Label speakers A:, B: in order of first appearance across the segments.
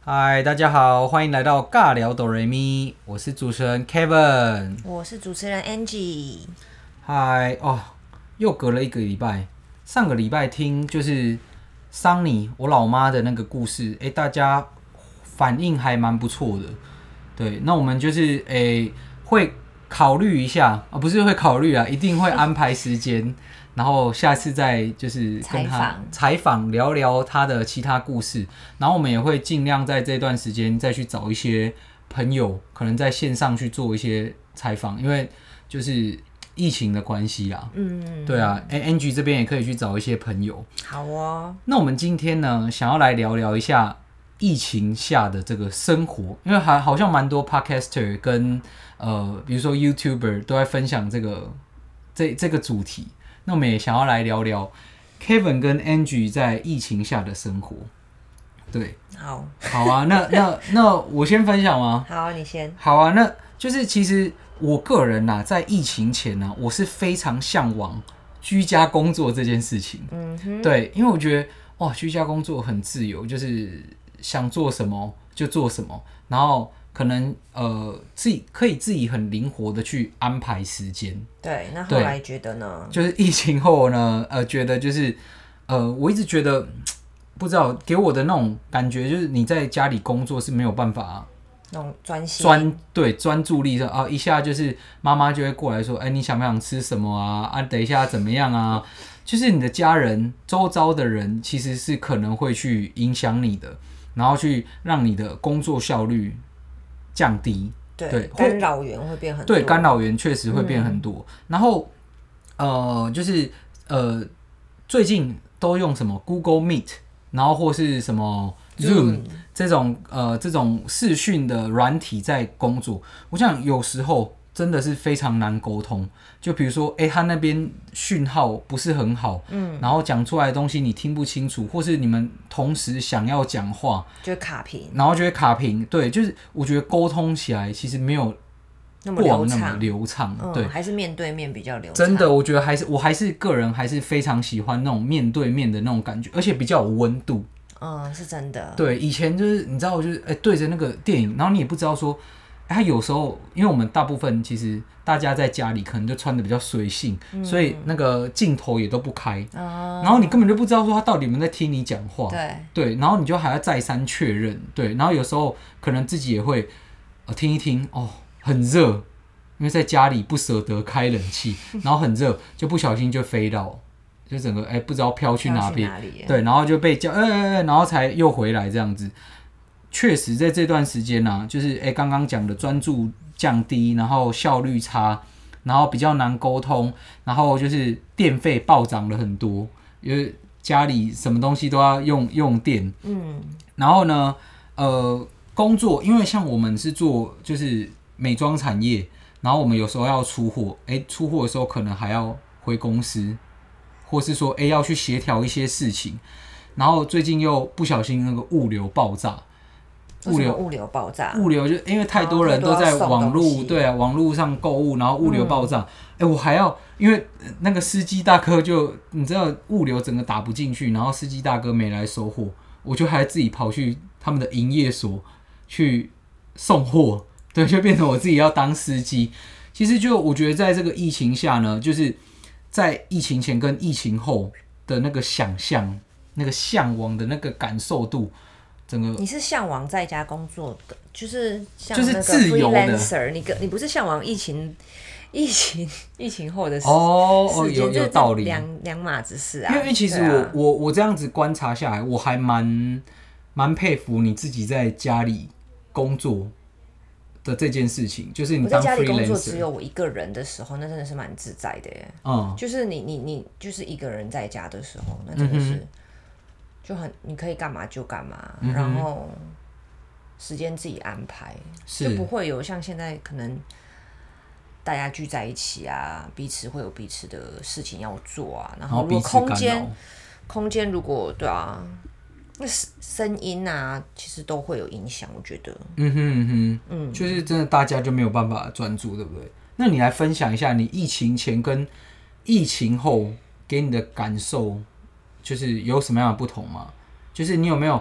A: 嗨，大家好，欢迎来到尬聊哆瑞咪，我是主持人 Kevin。
B: 我是主持人 Angie，
A: 嗨，哦，又隔了一个礼拜。上个礼拜听就是桑尼我老妈的那个故事，诶，大家反应还蛮不错的。对，那我们就是诶会考虑一下啊，不是会考虑啊，一定会安排时间，然后下次再就是跟
B: 采
A: 他
B: 访
A: 采访聊聊他的其他故事，然后我们也会尽量在这段时间再去找一些朋友，可能在线上去做一些采访，因为就是疫情的关系啦。
B: 嗯，
A: 对啊，哎、a n g i e 这边也可以去找一些朋友。
B: 好哦，
A: 那我们今天呢，想要来聊聊一下疫情下的这个生活，因为还好像蛮多 podcaster 跟呃，比如说 YouTuber 都在分享这个这这个主题。那我们也想要来聊聊 Kevin 跟 Angie 在疫情下的生活。对，
B: 好
A: 好啊，那那那我先分享吗？
B: 好，你先，
A: 好啊，那就是其实我个人呐、在疫情前呢、我是非常向往居家工作这件事情。
B: 嗯哼，
A: 对，因为我觉得哇，居家工作很自由，就是想做什么就做什么，然后可能呃自己可以自己很灵活的去安排时间。
B: 对，那后
A: 对
B: 来觉得呢？
A: 就是疫情后呢，呃，觉得就是呃，我一直觉得不知道给我的那种感觉，就是你在家里工作是没有办法、
B: 那种专心，
A: 专对专注力上啊，一下就是妈妈就会过来说，哎、你想不想吃什么啊？啊，等一下怎么样啊？就是你的家人、周遭的人，其实是可能会去影响你的，然后去让你的工作效率降低。对
B: 对，
A: 或
B: 干扰源会变很多，
A: 对，嗯干扰源确实会变很多。然后，呃，就是呃，最近都用什么 Google Meet，然后或是什么 Zoom 这种呃这种视讯的软体在工作。我想有时候真的是非常难沟通。就比如说，哎、他那边讯号不是很好，嗯，然后讲出来的东西你听不清楚，或是你们同时想要讲话，
B: 就会卡屏，
A: 然后就会卡屏。对，就是我觉得沟通起来其实没有
B: 那么
A: 过往
B: 流
A: 那么
B: 畅，
A: 流畅，对
B: 嗯，，还是面对面比较流畅，
A: 真的，我觉得还是我还是个人还是非常喜欢那种面对面的那种感觉，而且比较有温度。
B: 嗯，是真的，
A: 对，以前就是你知道，就是哎、对着那个电影，然后你也不知道说，哎、他有时候因为我们大部分其实大家在家里可能就穿的比较随性，所
B: 嗯
A: 以那个镜头也都不开，
B: 啊，
A: 然后你根本就不知道说他到底有没有在听你讲话。
B: 对，
A: 对，然后你就还要再三确认，对，然后有时候可能自己也会呃听一听，哦，很热，因为在家里不舍得开冷气，然后很热，就不小心就飞到，就整个哎、不知道飘去哪
B: 要去
A: 边，
B: 哪里？
A: 对，然后就被叫，哎哎哎，然后才又回来这样子。确实，在这段时间呢、啊，就是哎刚刚讲的专注降低，然后效率差，然后比较难沟通，然后就是电费暴涨了很多，因为家里什么东西都要用用电，
B: 嗯，
A: 然后呢，呃，工作，因为像我们是做就是美妆产业，然后我们有时候要出货，诶，出货的时候可能还要回公司，或是说哎诶要去协调一些事情，然后最近又不小心那个物流爆炸，
B: 为
A: 物
B: 什
A: 流
B: 么物流爆炸？
A: 物流就因为太多人都在网
B: 哦都要送东
A: 络，
B: 西嗯
A: 对啊，网络上购物，然后物流爆炸。哎、我还要因为呃那个司机大哥就你知道物流整个打不进去，然后司机大哥没来收货，我就还自己跑去他们的营业所去送货，对，就变成我自己要当司机。其实就我觉得在这个疫情下呢，就是在疫情前跟疫情后的那个想象、那个向往的那个感受度，整个
B: 你是向往在家工作的，就是像
A: 就是
B: 那个
A: 自由的
B: freelancer，你跟你不是向往疫情、疫情、疫情后的事
A: 哦哦，
B: 世界
A: 有
B: 这
A: 有
B: 这
A: 道理。
B: 两两码子事啊。
A: 因为因为其实
B: 对
A: 我、
B: 啊
A: 我我这样子观察下来，我还蛮蛮佩服你自己在家里工作的这件事情，就是你
B: 我在
A: 当
B: 家里工作
A: freelancer，
B: 只有我一个人的时候，那真的是蛮自在的耶。
A: 嗯，
B: 就是你你你就是一个人在家的时候，那真的
A: 嗯
B: 是就很你可以干嘛就干嘛，然后时间自己安排，就是不会有像现在可能。大家聚在一起啊，彼此会有彼此的事情要做啊。然
A: 然
B: 后
A: 后
B: 如
A: 彼
B: 果
A: 此
B: 空
A: 干
B: 间
A: 扰，
B: 空间如果对啊，那声声音啊，其实都会有影响。我觉得，
A: 嗯哼嗯哼，
B: 嗯
A: 就是真的大家就没有办法专注，对不对？那你来分享一下你疫情前跟疫情后给你的感受，就是有什么样的不同吗？就是你有没有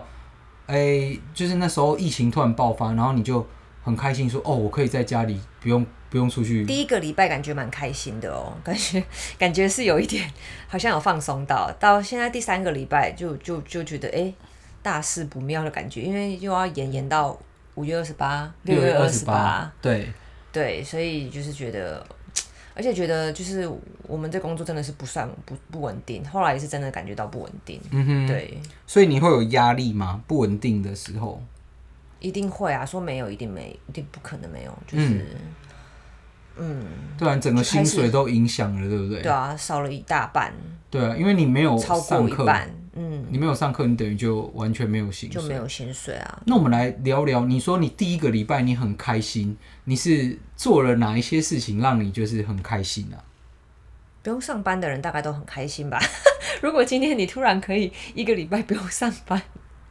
A: 哎、就是那时候疫情突然爆发，然后你就很开心说，哦，我可以在家里不用不用出去。
B: 第一个礼拜感觉蛮开心的哦， 感觉感觉是有一点好像有放松到，到现在第三个礼拜就就就觉得哎、诶大事不妙的感觉，因为又要延延到五月二十八、六月二十八，，
A: 对，
B: 对，所以就是觉得，而且觉得就是我们这工作真的是不算不不稳定，后来也是真的感觉到不稳定，
A: 嗯哼，
B: 对，
A: 所以你会有压力吗？不稳定的时候，
B: 一定会啊，说没有一定没，一定不可能没有，就是，嗯，
A: 对啊，整个薪水都影响了，对不对？
B: 对啊，少了一大半，
A: 对啊，因为你没有
B: 超过
A: 上
B: 一
A: 课，
B: 半，嗯，
A: 你没有上课，你等于就完全没有薪
B: 就
A: 水。
B: 没有薪水啊，
A: 那我们来聊聊，你说你第一个礼拜你很开心，你是做了哪一些事情让你就是很开心啊？
B: 不用上班的人大概都很开心吧。 如果今天你突然可以一个礼拜不用上班，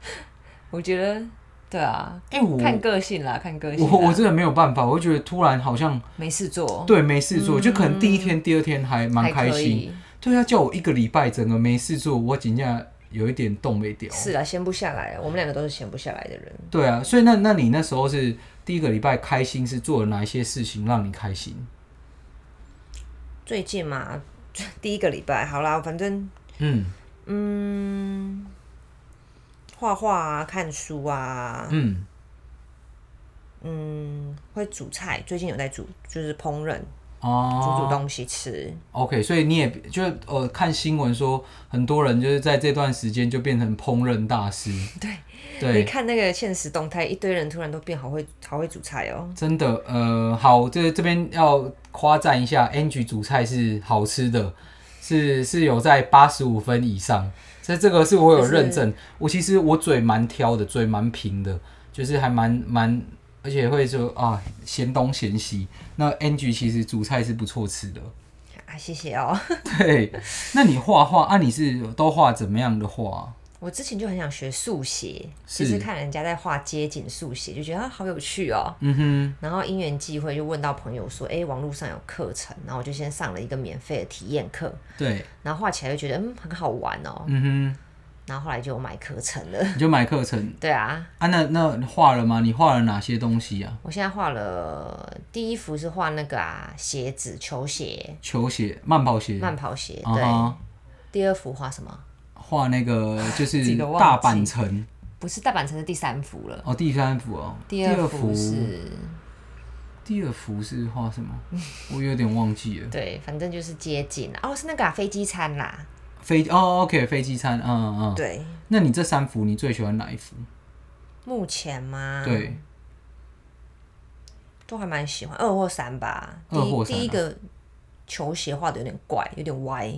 B: 我觉得对啊，
A: 哎、我
B: 看啊个性啦，看个性
A: 我我
B: 啦，
A: 真的没有办法，我会觉得突然好像
B: 没事做，
A: 对没事做，就可能第一天、第二天还蛮
B: 嗯还
A: 开
B: 可
A: 心。
B: 以。
A: 对啊，叫我一个礼拜整个没事做，我真的有一点动没掉。
B: 是啊，闲不下来，我们两个都是闲不下来的人。
A: 对啊，所以那那你那时候是第一个礼拜开心是做了哪一些事情让你开心？
B: 最近嘛， 第一个礼拜好啦，反正
A: 嗯
B: 嗯，画画啊，看书啊，
A: 嗯
B: 嗯，会煮菜，最近有在煮，就是烹饪，煮煮
A: 哦
B: 东西吃。
A: ，OK，所以你也就是呃看新闻说很多人就是在这段时间就变成烹饪大师，
B: 对你
A: 对，
B: 看那个现实动态，一堆人突然都变好会好会煮菜哦。
A: 真的呃好，这这边要夸赞一下 Angie 煮菜是好吃的，是是有在八十五分以上，这这个是我有认证，我其实我嘴蛮挑的，嘴蛮平的，就是还蛮蛮。而且会说啊，嫌东嫌西。那 Angie 其实煮菜是不错吃的，
B: 啊，谢谢哦。
A: 对，那你画画啊？你是都画怎么样的画？啊
B: 我之前就很想学速写，
A: 是
B: 就是看人家在画街景速写，就觉得啊好有趣哦。
A: 嗯
B: 然后因缘际会就问到朋友说，哎、网络上有课程，然后我就先上了一个免费的体验课，
A: 哼，对，
B: 然后画起来就觉得嗯很好玩哦，
A: 嗯
B: 然后后来就有买课程了。
A: 哼，你就买课程
B: 对啊，
A: 啊？那那你画了吗？你画了哪些东西啊？
B: 我现在画了第一幅是画那个啊鞋子球鞋、
A: 球鞋、慢跑鞋，
B: 慢跑鞋，
A: 啊
B: 对。
A: 哈
B: 第二幅画什么？
A: 画那个就
B: 几
A: 是
B: 个忘记
A: 大阪城
B: 不是大阪城的第三幅了，
A: 哦，第三幅哦，
B: 第
A: 二
B: 二幅
A: 幅
B: 是，
A: 第二幅是画什 么？我有点忘记了。
B: 对，反正就是街景啊哦，是那个、啊、飞机餐啦，
A: 飞哦，OK，飞机餐，嗯嗯。嗯。
B: 对，嗯
A: 那你这三幅你最喜欢哪一幅？
B: 目前嘛，
A: 对，
B: 都还蛮喜欢二或三吧。第
A: 二或
B: 一
A: 三啊
B: 第一个球鞋画的有点怪，有点歪，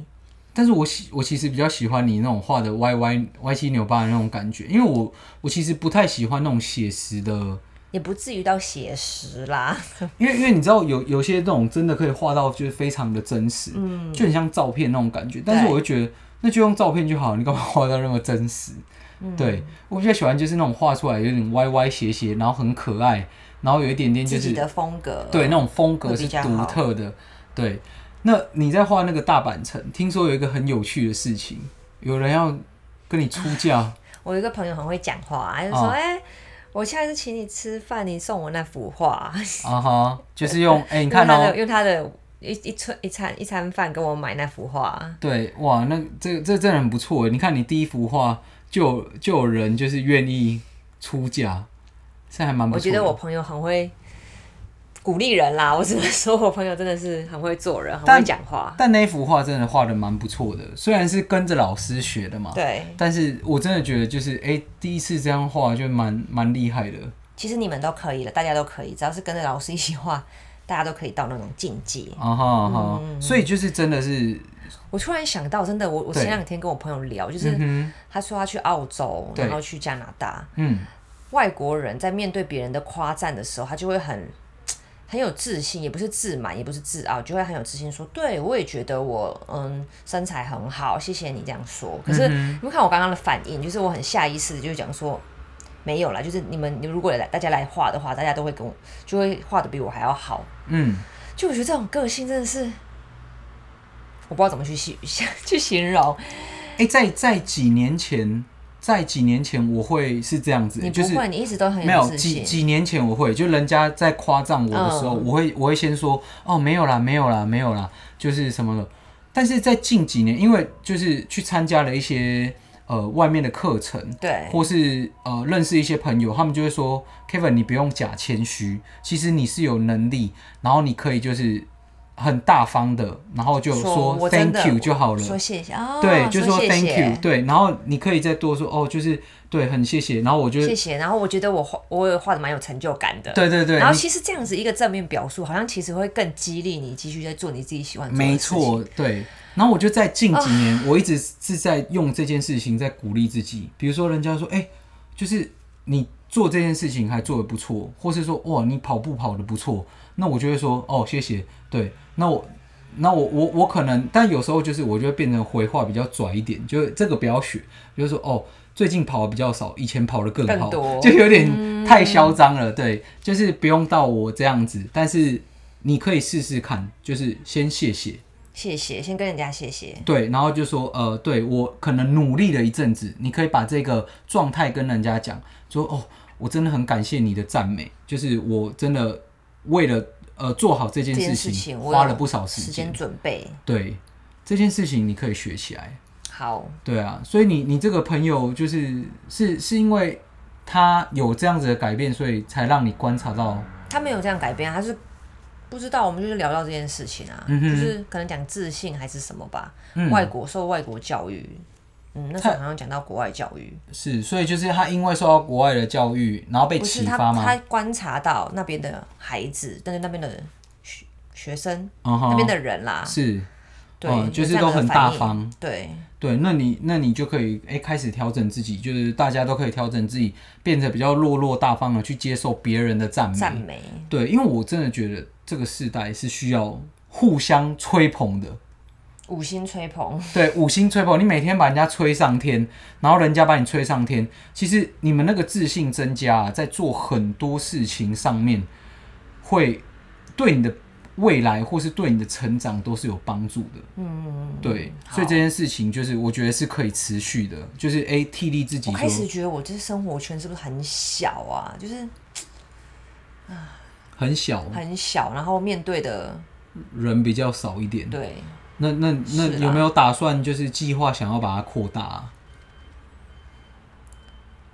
A: 但是我喜我其实比较喜欢你那种画的歪歪歪七扭八的那种感觉，因为我我其实不太喜欢那种写实的，
B: 也不至于到写实啦。
A: 因为因为你知道有有些那种真的可以画到就是非常的真实，嗯，就很像照片那种感觉，但是我会觉得那就用照片就好了，你干嘛画到那么真实？
B: 嗯
A: 对我比较喜欢就是那种画出来有点歪歪斜斜，然后很可爱，然后有一点点就
B: 自
A: 是
B: 己的风格，
A: 对，那种风格
B: 会
A: 是
B: 比较
A: 独
B: 好
A: 特的。对，那你在画那个大阪城，听说有一个很有趣的事情，有人要跟你出 嫁
B: 我有一个朋友很会讲话，他就说：“
A: 哦
B: 哎、我下次请你吃饭，你送我那幅画。
A: 啊哈，就是用哎、你
B: 用
A: 看
B: 他
A: 哦
B: 的，用他的一一餐一餐一餐饭跟我买那幅画，
A: 对，哇，那这这真的很不错耶。你看你第一幅画就有就有人就是愿意出嫁，这还蛮不
B: 我
A: 错
B: 觉
A: 的。
B: 得我朋友很会鼓励人啦。我只能说我朋友真的是很会做人，很
A: 但
B: 会讲话。
A: 但那一幅画真的画的蛮不错的，虽然是跟着老师学的嘛，
B: 对，
A: 但是我真的觉得就是哎、第一次这样画就蛮蛮厉害的。
B: 其实你们都可以了，大家都可以，只要是跟着老师一起画，大家都可以到那种境界。
A: 啊哈啊哈，
B: 嗯
A: 所以就是真的是，
B: 我突然想到，真的，我我
A: 对
B: 前两天跟我朋友聊，就是
A: 嗯
B: 他说他去澳洲，
A: 对
B: 然后去加拿大，
A: 嗯，
B: 外国人在面对别人的夸赞的时候，他就会很很有自信，也不是自满，也不是自傲，就会很有自信说：“对我也觉得我嗯身材很好，谢谢你这样说。”可是、你们看我刚刚的反应，就是我很下意识地就讲说。没有啦，就是你们，你们如果来大家来画的话，大家都会跟我就会画的比我还要好。
A: 嗯，
B: 就我觉得这种个性真的是， 我不知道怎么去形去形容。
A: 哎、在在几年前，在几年前我会是这样子，
B: 你
A: 就
B: 不
A: 是
B: 会，你一直都很
A: 没有
B: 自
A: 几
B: 信。
A: 几年前我会，就人家在夸赞我的时候，
B: 嗯
A: 我会我会先说哦没有啦没有啦没有啦，就是什么的。但是在近几年，因为就是去参加了一些呃外面的课程，
B: 对，
A: 或是呃认识一些朋友，他们就会说 Kevin 你不用假谦虚，其实你是有能力，然后你可以就是很大方的，然后就
B: 说我真的
A: Thank you 就好了。
B: 说谢谢啊，
A: 对，就
B: 说
A: 说
B: 谢
A: thank
B: 谢
A: you，对，然后你可以再多说哦，就是对，很谢谢，然后我就
B: 谢谢。然后我觉得我画我也画的蛮有成就感的。
A: 对对对，
B: 然后
A: 你
B: 其实这样子一个正面表述，好像其实会更激励你继续在做你自己喜欢做的
A: 没
B: 事情。啊
A: 错，对。然后我就在近几年，我一直是在用这件事情在鼓励自己。比如说，人家说，哎、就是你做这件事情还做得不错，或是说，哇，你跑步跑得不错，那我就会说，哦，谢谢。对，那我。那我我我可能，但有时候就是我就会变成回话比较拽一点，就是这个不要学，就是说哦，最近跑的比较少，以前跑的更好，
B: 更多
A: 就有点太嚣张了。对，就是不用到我这样子，但是你可以试试看，就是先谢谢，
B: 谢谢，先跟人家谢谢。
A: 对，然后就说呃，对我可能努力了一阵子，你可以把这个状态跟人家讲，说哦，我真的很感谢你的赞美，就是我真的为了呃做好这件
B: 这件
A: 事
B: 事
A: 情
B: 情我
A: 花
B: 有
A: 了不少时
B: 时
A: 间
B: 间，准备
A: 对这件事情你可以学起来，
B: 好，
A: 对啊，所以你你这个朋友就是是是因为他有这样子的改变，所以才让你观察到，
B: 他没有这样改变，他是不知道我们就是聊到这件事情啊，
A: 嗯哼
B: 就是可能讲自信还是什么吧。
A: 嗯，
B: 外国受外国教育，嗯，那时候好像讲到国外教育，
A: 是，所以就是他因为受到国外的教育，然后被
B: 不是
A: 启
B: 他
A: 发
B: 他
A: 吗？
B: 观察到那边的孩子，但是那边的学学生、
A: 嗯哼
B: 那边的人啦，
A: 是。
B: 对，
A: 嗯
B: 有
A: 就是
B: 这样
A: 都
B: 的
A: 很
B: 反
A: 大
B: 应
A: 方，嗯
B: 对，
A: 对，那你那你就可以哎、诶开始调整自己，就是大家都可以调整自己，变得比较落落大方的去接受别人的赞美。
B: 赞美，
A: 对，因为我真的觉得这个世代是需要互相吹捧的，
B: 五星吹捧，
A: 对，五星吹捧，你每天把人家吹上天，然后人家把你吹上天，其实你们那个自信增加、啊，在做很多事情上面，会对你的未来或是对你的成长都是有帮助的。
B: 嗯，
A: 对，
B: 好
A: 所以这件事情就是我觉得是可以持续的，就是哎、诶替力自己
B: 我开始
A: 说
B: 觉得我这生活圈是不是很小啊？就是
A: 很小，
B: 很小，然后面对的，
A: 人比较少一点。
B: 对，
A: 那那那
B: 是啦啊
A: 有没有打算就是计划想要把它扩大啊、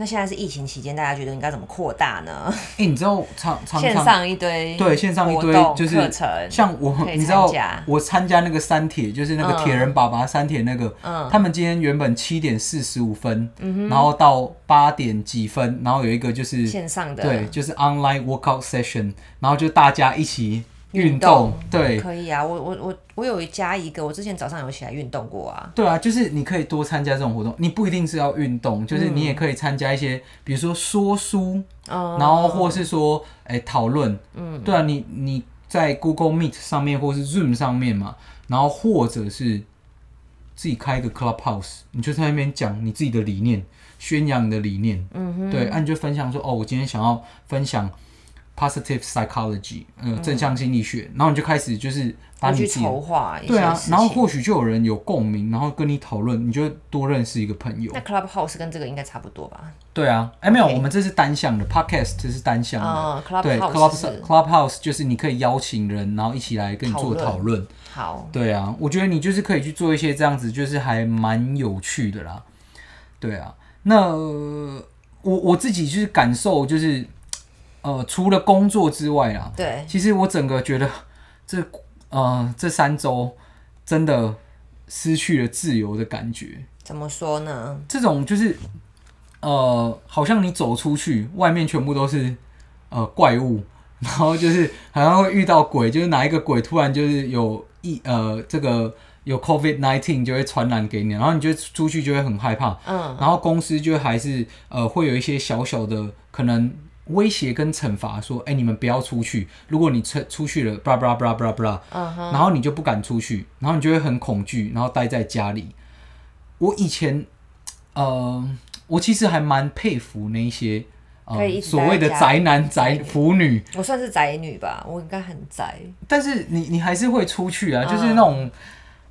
B: 那现在是疫情期间，大家觉得应该怎么扩大呢？
A: 哎、你知道常常
B: 线
A: 常
B: 上一堆
A: 对线上一
B: 哎活
A: 堆
B: 动
A: 就是
B: 课程，
A: 像我
B: 可，以
A: 你知道
B: 参加
A: 我参加那个三铁，就是那个铁人爸爸三铁那个，
B: 嗯
A: 他们今天原本七点四十五分，然后到八点几分，然后有一个就是
B: 线上的
A: 对，就是 online workout session，然后就大家一起运
B: 运动
A: 动，对
B: 可以啊，我我我我有加一个，我之前早上有起来运动过啊，
A: 对啊，就是你可以多参加这种活动，你不一定是要运动，就是你也可以参加一些，比如说说书，
B: 嗯，
A: 然后或是说，哎、讨论，嗯，对啊，你你在 Google Meet 上面或是 Zoom 上面嘛，然后或者是自己开一个 Clubhouse，你就在那边讲你自己的理念，宣扬你的理念，嗯哼，对，啊，你就分享说，哦，我今天想要分享 positive psychology，、呃、嗯，正向心理学，然后你就开始就是把
B: 我
A: 你
B: 去
A: 自己的
B: 筹划一些
A: 对啊
B: 事，情
A: 然后或许就有人有共鸣，然后跟你讨论，你就会多认识一个朋友
B: 那。Clubhouse 跟这个应该差不多吧？
A: 对啊，哎、没有
B: OK
A: 我们这是单向的，Podcast 这是单向的。
B: 嗯
A: 对
B: ，Clubhouse
A: ，Club
B: 是
A: Clubhouse 就是你可以邀请人，然后一起来跟你做讨
B: 讨论
A: 论。
B: 好，
A: 对啊，我觉得你就是可以去做一些这样子，就是还蛮有趣的啦。对啊，那呃我我自己就是感受就是，呃，除了工作之外啦，
B: 对，
A: 其实我整个觉得 这呃这三周真的失去了自由的感觉。
B: 怎么说呢？
A: 这种就是呃，好像你走出去，外面全部都是呃怪物， 然后就是好像会遇到鬼，就是哪一个鬼突然就是有疫呃这个有 COVID nineteen 就会传染给你，然后你就出去就会很害怕，
B: 嗯，
A: 然后公司就还是呃会有一些小小的可能。威胁跟惩罚说：“哎、你们不要出去，如果你出出去了，blah blah blah blah blah，
B: 嗯哼，
A: 然后你就不敢出去，然后你就会很恐惧，然后待在家里。我以前，呃，我其实还蛮佩服那一些
B: 可
A: 呃
B: 以一直待
A: 所谓的
B: 在家
A: 宅男宅腐女，
B: 我算是宅女吧，我应该很宅，
A: 但是你你还是会出去啊，
B: 嗯
A: 就是那种、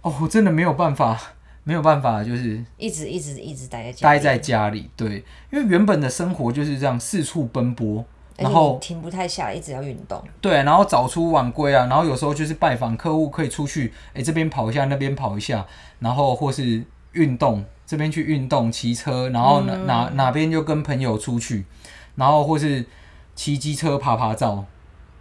A: 哦，我真的没有办法。没有办法，就是
B: 一直一直一直待在家
A: 待
B: 里，
A: 在家里。对，因为原本的生活就是这样，四处奔波，
B: 而且
A: 然
B: 你
A: 后
B: 停不太下来，一直要运动。
A: 对，然后早出晚归啊，然后有时候就是拜访客户，可以出去，哎，这边跑一下，那边跑一下，然后或是运动，这边去运动，骑车，然后哪、
B: 嗯
A: 哪哪边就跟朋友出去，然后或是骑机车爬爬照，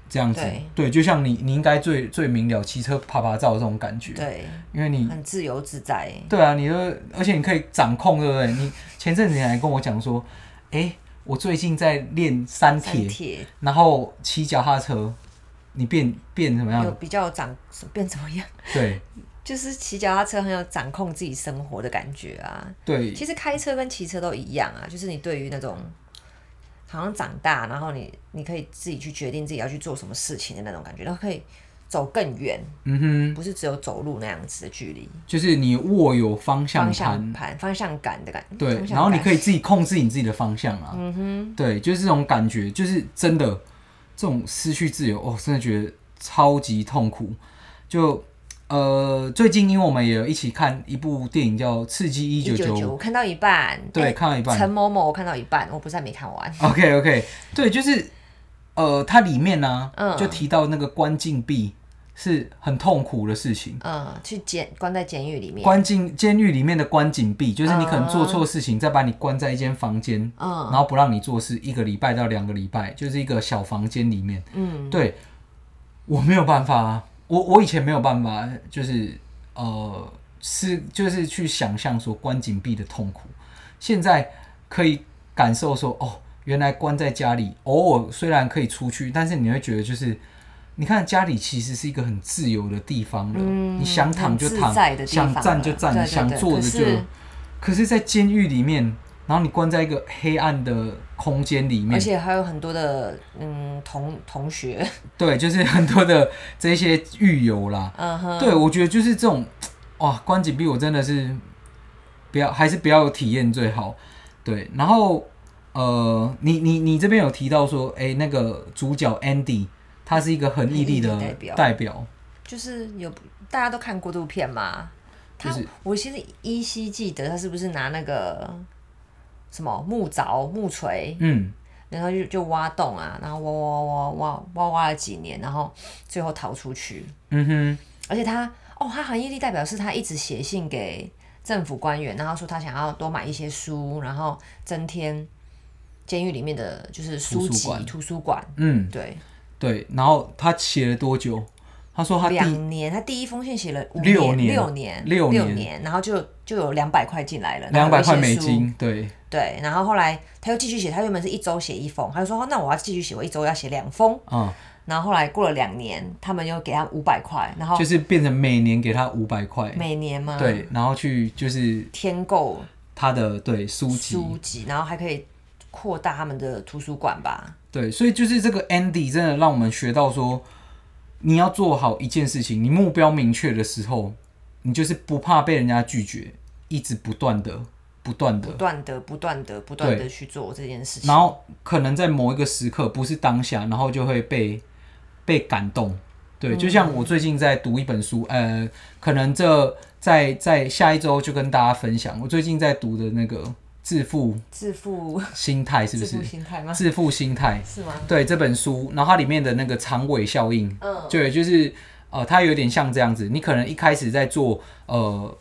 A: 这样子，
B: 对
A: 对，就像你你应该最最明了骑车爬爬照这种感觉，
B: 对，
A: 因为你
B: 很自由自在。
A: 对啊，你就而且你可以掌控，对不对？你前阵子你还跟我讲说，哎、我最近在练三
B: 三
A: 铁，
B: 铁
A: 然后骑脚踏车，你变变怎么
B: 有
A: 样？
B: 比较有掌变怎么样？
A: 对
B: 就是骑脚踏车很有掌控自己生活的感觉啊。
A: 对
B: 其实开车跟骑车都一样啊，就是你对于那种好像长大，然后你你可以自己去决定自己要去做什么事情的那种感觉，然后可以走更远，嗯哼，不是只有走路那样子的距离，
A: 就是你握有方向
B: 方向
A: 盘，
B: 盘、方向感的感觉。
A: 对
B: 方，向
A: 然后你
B: 感
A: 可以自己控制你自己的方向啊。嗯哼，对，就是这种感觉，就是真的这种失去自由，哦，真的觉得超级痛苦。就呃，最近因为我们也有一起看一部电影叫《刺激一九
B: 一
A: 九
B: 九
A: 五》
B: 九，我看到一半，
A: 对
B: 哎
A: 看到一半
B: 陈某某我看到一半，我不是还没看完，
A: OK OK，对，就是呃，它里面呢、
B: 嗯
A: 就提到那个关禁闭是很痛苦的事情。
B: 嗯， 去监关在监狱里面，
A: 关进监狱里面的关禁闭，就是你可能做错事情，再把你关在一间房间，
B: 嗯
A: 然后不让你做事，一个礼拜到两个礼拜，就是一个小房间里面。
B: 嗯，
A: 对，我没有办法啊，我我以前没有办法，就是呃，是就是去想象说关紧闭的痛苦，现在可以感受说哦，原来关在家里，偶尔虽然可以出去，但是你会觉得就是。你看，家里其实是一个很自由的地方了，你想躺就
B: 嗯很
A: 躺
B: 自在的，地方
A: 想
B: 啊
A: 站就站，
B: 对对对
A: 想坐着
B: 可。
A: 就是可是，在监狱里面，然后你关在一个黑暗的空间里面
B: 而，且还有很多的嗯同同学，
A: 对，就是很多的这些狱友啦。
B: 嗯哼，
A: 对，我觉得就是这种，哇，关紧闭我真的是不要，还是不要体验最好。对，然后呃，你你你这边有提到说，哎、那个主角 Andy，他是一个很毅力的
B: 很毅力代表
A: 代表，
B: 就是有大家都看过这部片嘛。他、
A: 就是
B: 我现在依稀记得他是不是拿那个什么木凿、木锤，
A: 嗯，
B: 然后就就挖洞啊，然后挖挖挖挖挖挖了几年，然后最后逃出去。
A: 嗯哼，
B: 而且他哦，他行业力代表是他一直写信给政府官员，然后说他想要多买一些书，然后增添监狱里面的就是书
A: 图
B: 籍、
A: 书馆
B: 图书馆。
A: 嗯，
B: 对，
A: 对。然后他写了多久？他说他第
B: 两年，他第一封信写了五
A: 六年
B: 年，六年，
A: 六年
B: 年，然后就就有两百块进来了，然
A: 两
B: 后有
A: 百
B: 一些
A: 块美
B: 书。
A: 金，对，
B: 对，然后后来他又继续写，他原本是一周写一封，他就说、哦那我要继续写，我一周要写两封。
A: 啊、
B: 然后后来过了两年，他们又给他五百块，然后
A: 就是变成每年给他五百块，
B: 每年嘛，，
A: 对，然后去就是
B: 添购
A: 他的对书籍，
B: 书籍，然后还可以扩大他们的图书馆吧。
A: 对，所以就是这个 Andy 真的让我们学到说，你要做好一件事情，你目标明确的时候，你就是不怕被人家拒绝，一直不断的、不断的
B: 不，断的、不断的、不断
A: 对
B: 的去做这件事情
A: 然，后可能在某一个时刻，不是当下，然后就会被被感动。对，就像我最近在读一本书，呃，可能这在在下一周就跟大家分享。我最近在读的那个《致富
B: 致富、
A: 心态》是不
B: 致
A: 是
B: 富？心态吗？
A: 致富心态，
B: 是吗？
A: 对这本书，然后它里面的那个长尾效应，
B: 嗯
A: 对，就是呃，它有点像这样子，你可能一开始在做呃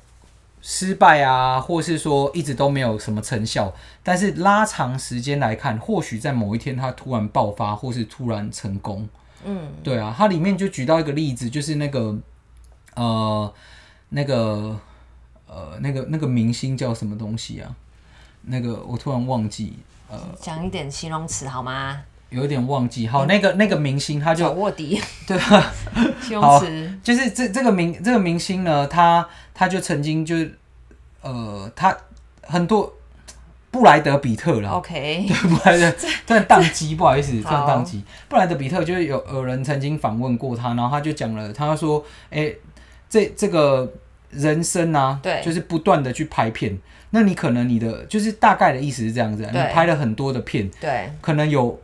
A: 失败啊，或是说一直都没有什么成效，但是拉长时间来看，或许在某一天它突然爆发，或是突然成功，
B: 嗯，
A: 对啊，它里面就举到一个例子，就是那个呃那个呃那个那个明星叫什么东西啊？那个我突然忘记，
B: 讲一点形容词好吗？
A: 有一点忘记。好，那个那个明星他就
B: 小卧底，
A: 对
B: 吧？形容词，
A: 就是这这个明这个明星呢，他他就曾经就是呃，他很多布莱德比特啦，
B: OK，
A: 对布莱德突然宕机，不好意思，突然
B: 哦好
A: 宕机。布莱德比特就是有有人曾经访问过他，然后他就讲了，他说，哎、这这个人生啊，
B: 对
A: 就是不断的去拍片，那你可能你的就是大概的意思是这样子啊，你
B: 对
A: 拍了很多的片，
B: 对，
A: 可能有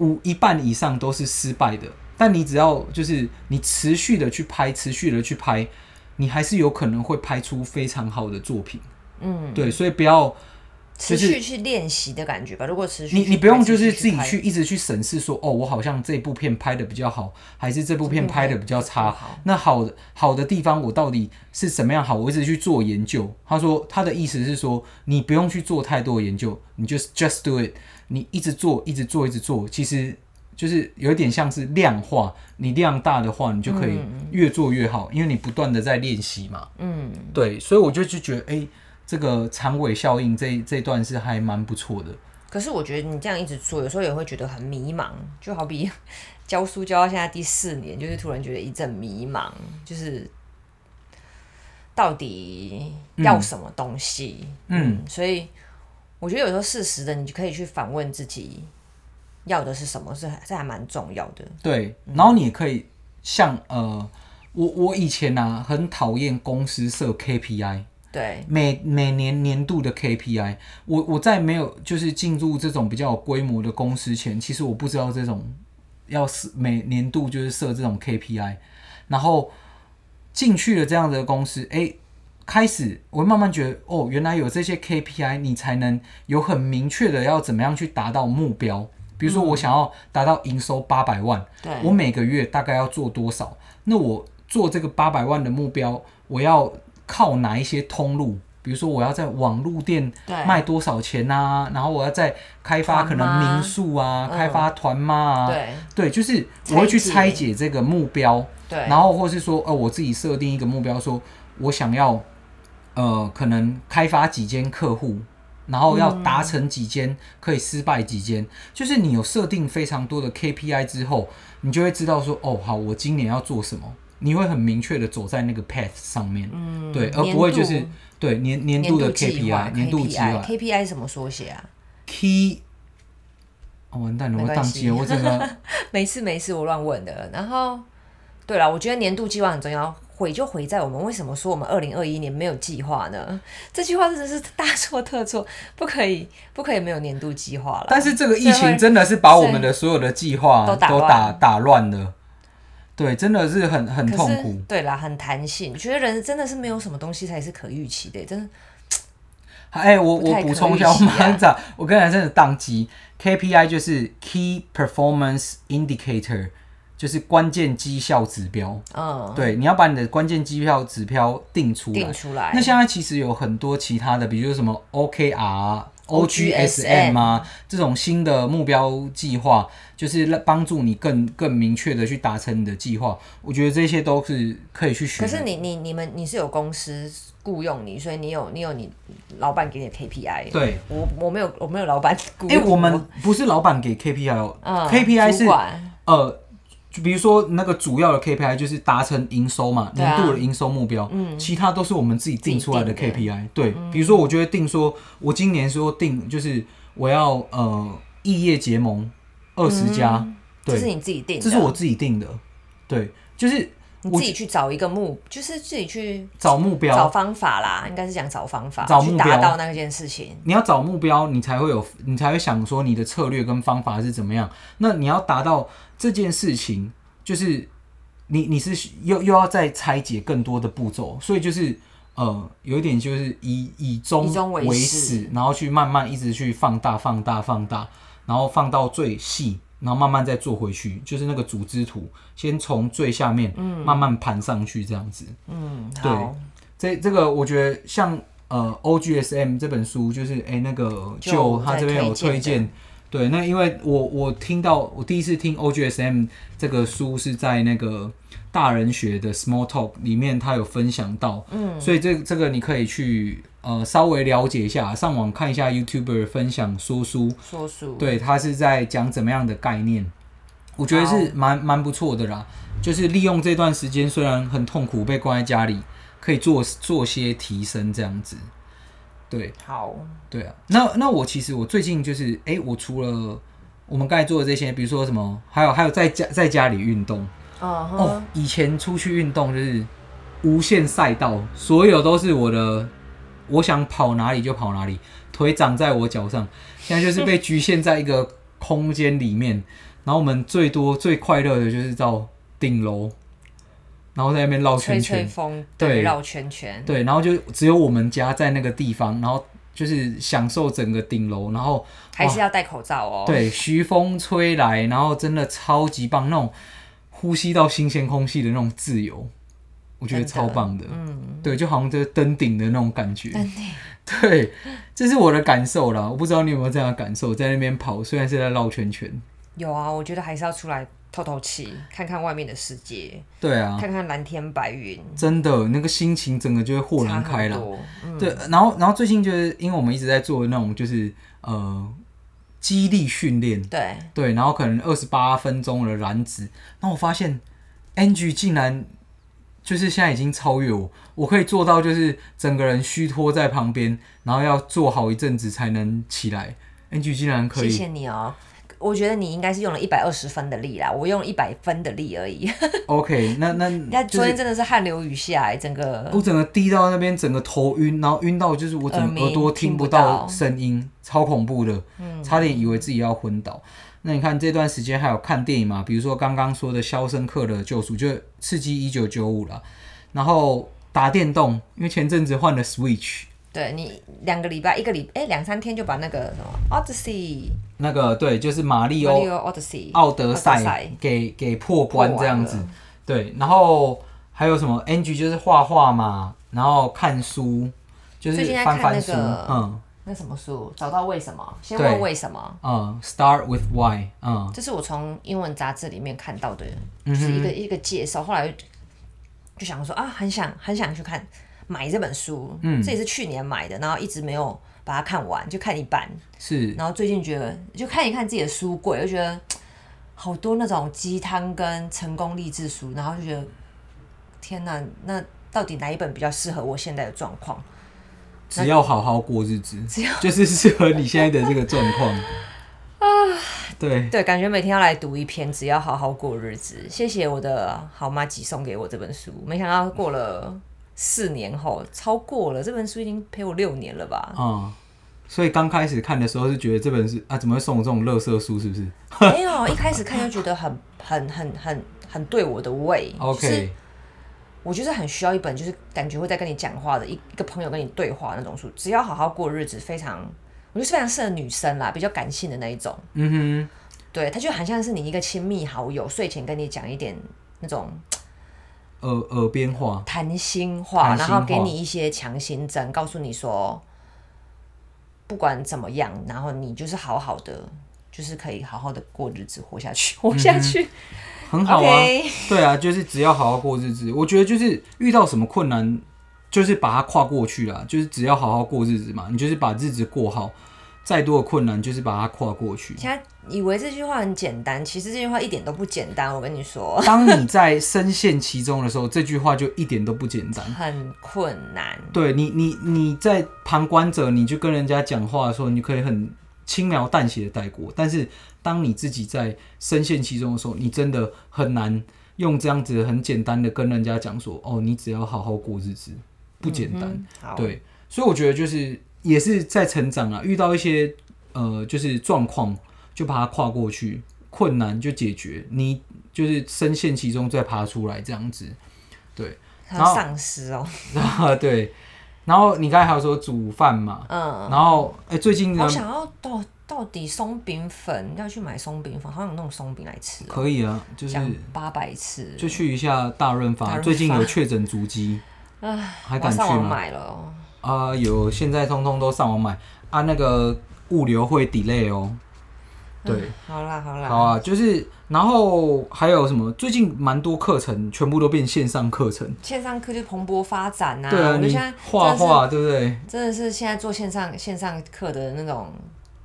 A: 五一半以上都是失败的，但你只要就是你持续的去拍，持续的去拍，你还是有可能会拍出非常好的作品。
B: 嗯，
A: 对，所以不要
B: 持续去练习的感觉吧。如果持续，
A: 你你不用就是自己
B: 拍
A: 去一直去审视说，哦，我好像这部片拍的比较好，还是这部片拍的比较差
B: 这部片。
A: 那好的好的地方，我到底是怎么样好？我一直去做研究。他说他的意思是说，你不用去做太多的研究，你就是 just do it，你一直做，一直做，一直做，其实。就是有点像是量化，你量大的话，你就可以越做越好，因为你不断的在练习嘛。
B: 嗯，
A: 对，所以我就就觉得，哎、这个长尾效应这一这一段是还蛮不错的。
B: 可是我觉得你这样一直做，有时候也会觉得很迷茫，就好比教书教到现在第四年，就是突然觉得一阵迷茫，就是到底要什么东西？
A: 嗯，
B: 所以我觉得有时候适时的，你就可以去反问自己要的是什么，是这还蛮重要的。
A: 对，然后你也可以像呃，我我以前啊很讨厌公司设 KPI，
B: 对，
A: 每每年年度的 KPI，我我在没有就是进入这种比较有规模的公司前，其实我不知道这种要是每年度就是设这种 KPI，然后进去了这样的公司，哎、开始我会慢慢觉得哦，原来有这些 KPI，你才能有很明确的要怎么样去达到目标。比如说，我想要达到营收八百万，
B: 嗯对
A: 我每个月大概要做多少？那我做这个八百万的目标，我要靠哪一些通路？比如说，我要在网路店
B: 对
A: 卖多少钱啊？然后我要在开发可
B: 团妈
A: 能民宿啊，
B: 嗯
A: 开发团妈啊，
B: 对
A: 对，就是我会去拆
B: 拆解
A: 解这个目标，
B: 对，
A: 然后或是说，呃，我自己设定一个目标，说我想要，呃，可能开发几间客户，然后要达成几间，可以失败几间，就是你有设定非常多的 KPI 之后，你就会知道说，哦，好，我今年要做什么，你会很明确的走在那个 path 上面，
B: 嗯
A: 对，而
B: 年
A: 不会就是
B: 度
A: 对年年
B: 年
A: 度的
B: 计划
A: KPI 年度计划
B: KPI 是什么缩写啊？
A: key，哦，完蛋了，
B: 没
A: 我
B: 关
A: 宕
B: 系
A: 机了，我整个。
B: 没事没事，我乱问的。然后，对了，我觉得年度计划很重要，毁就毁在我们为什么说我们二零二一年没有计划呢？这句话真的是大错特错， 不可以不可以没有年度计划了。
A: 但是这个疫
B: 所以
A: 情
B: 会
A: 真的是把我们的所有的计划
B: 都
A: 都
B: 打乱
A: 打打乱了，对，真的是很很
B: 可
A: 痛
B: 是
A: 苦。
B: 对啦，很弹性，觉得人真的是没有什么东西才是可预期的，真的
A: 哎、我
B: 不太
A: 我
B: 可
A: 补充一下，
B: 预
A: 我
B: 期啊
A: 马上找，我刚才真的宕机。KPI 就是 Key Performance Indicator，就是关键绩效指标。
B: 嗯，
A: 对，你要把你的关键绩效指标定出来
B: 定。出来
A: 那。现在其实有很多其他的，比如说什么 OKR、
B: OGSM
A: OGSM 啊，这种新的目标计划，就是让帮助你更更明确的去达成你的计划。我觉得这些都是可以去学
B: 可
A: 的。
B: 是你你你们你是有公司雇佣你，所以你有你有你老板给你的 KPI。
A: 对，
B: 我我没有我没有老板雇
A: 哎、
B: 佣
A: 我们不是老板给 KPI 哦、
B: 嗯
A: k p i 是
B: 主管
A: 呃，就比如说那个主要的 KPI 就是达成营收嘛，
B: 对啊
A: 年度的营收目标，嗯，其他都是我们自己定出来的
B: 自己定嗯
A: KPI。对，比如说我就会定说，我今年说定就是我要呃异业结盟二十家，
B: 这是
A: 对，
B: 你自己定的，
A: 这是我自己定的，对，就是
B: 你自己去找一个目，就是自己去
A: 找目
B: 找
A: 标，
B: 方法啦，应该是讲找方法，
A: 找
B: 去
A: 目标
B: 达到那件事情。
A: 你要找目标，你才会有，你才会想说你的策略跟方法是怎么样。那你要达到这件事情，就是你你是又又要再拆解更多的步骤，所以就是呃，有一点就是以以终
B: 以终为
A: 为
B: 始
A: 始，然后去慢慢一直去放大、放大、放大，然后放到最细，然后慢慢再做回去，就是那个组织图，先从最下面慢慢盘上去，这样子。
B: 嗯，
A: 对
B: 好，
A: 这这个我觉得像呃 OGSM 这本书，就是哎、那个
B: 就
A: 就
B: 在
A: 他这边有
B: 推
A: 推
B: 荐
A: 荐。对，那因为我我听到我第一次听 OGSM 这个书是在那个大人学的 Small Talk 里面，他有分享到，嗯，所以这这个你可以去呃稍微了解一下，上网看一下 YouTuber 分享说书，
B: 说书，
A: 对，他是在讲怎么样的概念，我觉得是蛮蛮不错的啦。就是利用这段时间，虽然很痛苦，被关在家里，可以做做些提升，这样子。对
B: 好，
A: 对啊，那那我其实我最近就是，哎、我除了我们刚才做的这些，比如说什么，还有还有在家在家里运动
B: 嗯
A: 哦
B: 哼，，
A: 以前出去运动就是无限赛道，所有都是我的，我想跑哪里就跑哪里，腿长在我脚上，现在就是被局限在一个空间里面。然后我们最多最快乐的就是到顶楼，然后在那边绕
B: 吹
A: 圈
B: 吹
A: 圈，
B: 风，
A: 对
B: 绕圈圈，
A: 对，然后就只有我们家在那个地方，然后就是享受整个顶楼，然后
B: 还是要戴口罩哦。，
A: 对徐风吹来，然后真的超级棒，那种呼吸到新鲜空气的那种自由，我觉得
B: 真的
A: 超棒的，
B: 嗯，
A: 对，就好像在登顶的那种感觉， 对，这是我的感受啦，我不知道你有没有这样的感受，在那边跑，虽然是在绕圈圈，
B: 有啊，我觉得还是要出来透透气，看看外面的世界，
A: 对啊，
B: 看看蓝天白云，
A: 真的那个心情整个就会豁
B: 差
A: 然开
B: 很
A: 朗。
B: 多。嗯，
A: 对，然后然后最近就是因为我们一直在做那种就是呃激励训练，
B: 对，
A: 对，然后可能二十八分钟的燃脂，然后我发现 Angie 竟然就是现在已经超越我，我可以做到就是整个人虚脱在旁边，然后要坐好一阵子才能起来。Angie 竟然可
B: 谢
A: 以，
B: 谢你哦。我觉得你应该是用了一百二十分的力啦，我用一百分的力 而已。
A: OK，那那
B: 那
A: 就
B: 昨天
A: 是
B: 真的是汗流雨下、哎整个
A: 我整个低到那边，整个头晕，然后晕到就是我整
B: 耳
A: 个
B: 鸣
A: 耳朵
B: 听
A: 听
B: 不
A: 不
B: 到嗯
A: 到声音，超恐怖的，差点以为自己要昏倒。那你看这段时间还有看电影嘛？比如说刚刚说的《肖申克的救赎》，就《刺激一九九五》了。然后打电动，因为前阵子换了 Switch，
B: 对你两个礼拜一个礼哎两三天就把那个什么 Odyssey
A: 那个对，就是马里
B: Mario
A: 奥
B: Odyssey
A: 奥德
B: 奥德赛
A: 赛给给破关这样子
B: 破完。
A: 对，然后还有什么 Angie 就是画画嘛，然后看书，就是
B: 最近在看
A: 翻翻书，
B: 那个
A: 嗯。
B: 那什么书？找到为什么？先
A: 对
B: 问为什么？
A: 嗯，Start with Why，嗯，
B: 这是我从英文杂志里面看到的，就是一个、一个介绍。后来就想说啊，很想很想去看买这本书，嗯，这也是去年买的，然后一直没有把它看完，就看一半。
A: 是，
B: 然后最近觉得就看一看自己的书柜，就觉得好多那种鸡汤跟成功励志书，然后就觉得天哪，那到底哪一本比较适合我现在的状况？
A: 只要好好过日子，就是适合你现在的这个状 况。啊，对，
B: 对，感觉每天要来读一篇，只要好好过日子。谢谢我的好妈吉送给我这本书，没想到过了四年后，超过了这本书已经陪我六年了吧？
A: 嗯，所以刚开始看的时候是觉得这本是啊，怎么会送我这种垃圾书？是不是
B: 没有，一开始看就觉得很 很很很很对我的胃就是
A: ？OK，
B: 我就是很需要一本，就是感觉会在跟你讲话的一一个朋友跟你对话那种书，只要好好过日子，非常，我觉得是非常适合女生啦，比较感性的那一种。
A: 嗯
B: 对，它就很像是你一个亲密好友，睡前跟你讲一点那种
A: 哼，耳耳边话，
B: 谈心话，
A: 谈
B: 然
A: 心
B: 后给
A: 话
B: 你一些强心针，告诉你说，不管怎么样，然后你就是好好的，就是可以好好的过日子，活下去， 活下去。
A: 嗯很好啊。
B: OK，
A: 对啊，就是只要好好过日子，我觉得就是遇到什么困难，就是把它跨过去啦。就是只要好好过日子嘛，你就是把日子过好，再多的困难就是把它跨过去。
B: 现在以为这句话很简单，其实这句话一点都不简单，我跟你说。
A: 当你在深陷其中的时候，这句话就一点都不简单。
B: 很困难，
A: 对你，你你在旁观者，你就跟人家讲话的时候，你可以很轻描淡写的带过。但是当你自己在深陷其中的时候，你真的很难用这样子很简单的跟人家讲说：“哦，你只要好好过日子，不简单。
B: 嗯哼好，
A: 对，所以我觉得就是也是在成长啊，遇到一些呃就是状况，就把它跨过去，困难就解决，你就是深陷其中再爬出来这样子。 对，
B: 他
A: 然后
B: 丧尸哦，
A: 啊对，然后你刚才还有说煮饭嘛，
B: 嗯，
A: 然后哎、最近呢
B: 好想要到到底松饼粉，要去买松饼粉，好想弄松饼来吃哦，
A: 可以啊，就是
B: 讲八百次，
A: 就去一下大润
B: 大
A: 发，
B: 润
A: 最近
B: 发
A: 有确诊足迹，还
B: 我
A: 敢去
B: 上网
A: 吗？
B: 买了哦，
A: 啊、有，现在通通都上网买啊，那个物流会 delay 哦。对，
B: 好啦好啦，
A: 好啊，就是然后还有什么？最近蛮多课程全部都变线上课程。
B: 线上课就蓬勃发展呐、
A: 对啊，
B: 我就
A: 你
B: 现在
A: 画
B: 真的是
A: 画对不对？
B: 真的是现在做线上线上课的那种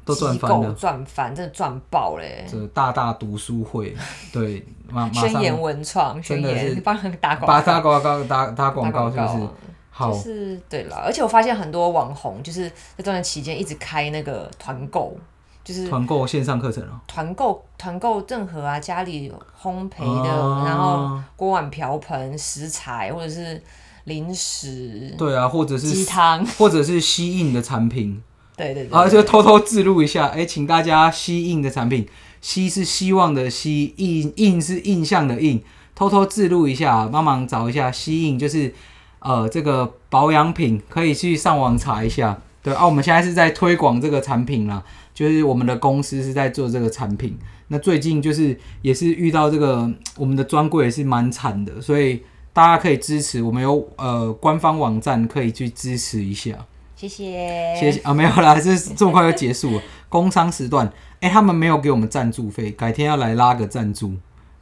A: 都赚翻
B: 机构
A: 了
B: 赚翻，真的赚爆嘞！
A: 这大大读书 会，对，马马
B: 宣
A: 上
B: 言文创，宣
A: 真的
B: 言
A: 是
B: 帮人打广
A: 把
B: 告
A: 打，广告打打广告是
B: 打
A: 不是？好，
B: 就是对了，而且我发现很多网红就是在这段期间一直开那个团购，就是
A: 团购线上课程哦。
B: 团购团购任何啊家里烘焙的，
A: 啊
B: 然后锅碗瓢盆、食材或者是零食、
A: 对啊，或者
B: 鸡
A: 是
B: 汤，
A: 或者是吸印的产品，
B: 对对对，
A: 啊，就偷偷自录一下，哎、请大家吸印的产品，吸是希望的吸，印印是印象的印，偷偷自录一下，帮忙找一下吸引，就是呃这个保养品可以去上网查一下。对啊，我们现在是在推广这个产品啦，就是我们的公司是在做这个产品。那最近就是也是遇到这个我们的专柜也是蛮惨的，所以大家可以支持，我们有呃官方网站可以去支持一下。
B: 谢谢，
A: 谢谢啊，没有啦，这这么快就结束了。工商时段，哎、欸，他们没有给我们赞助费，改天要来拉个赞助。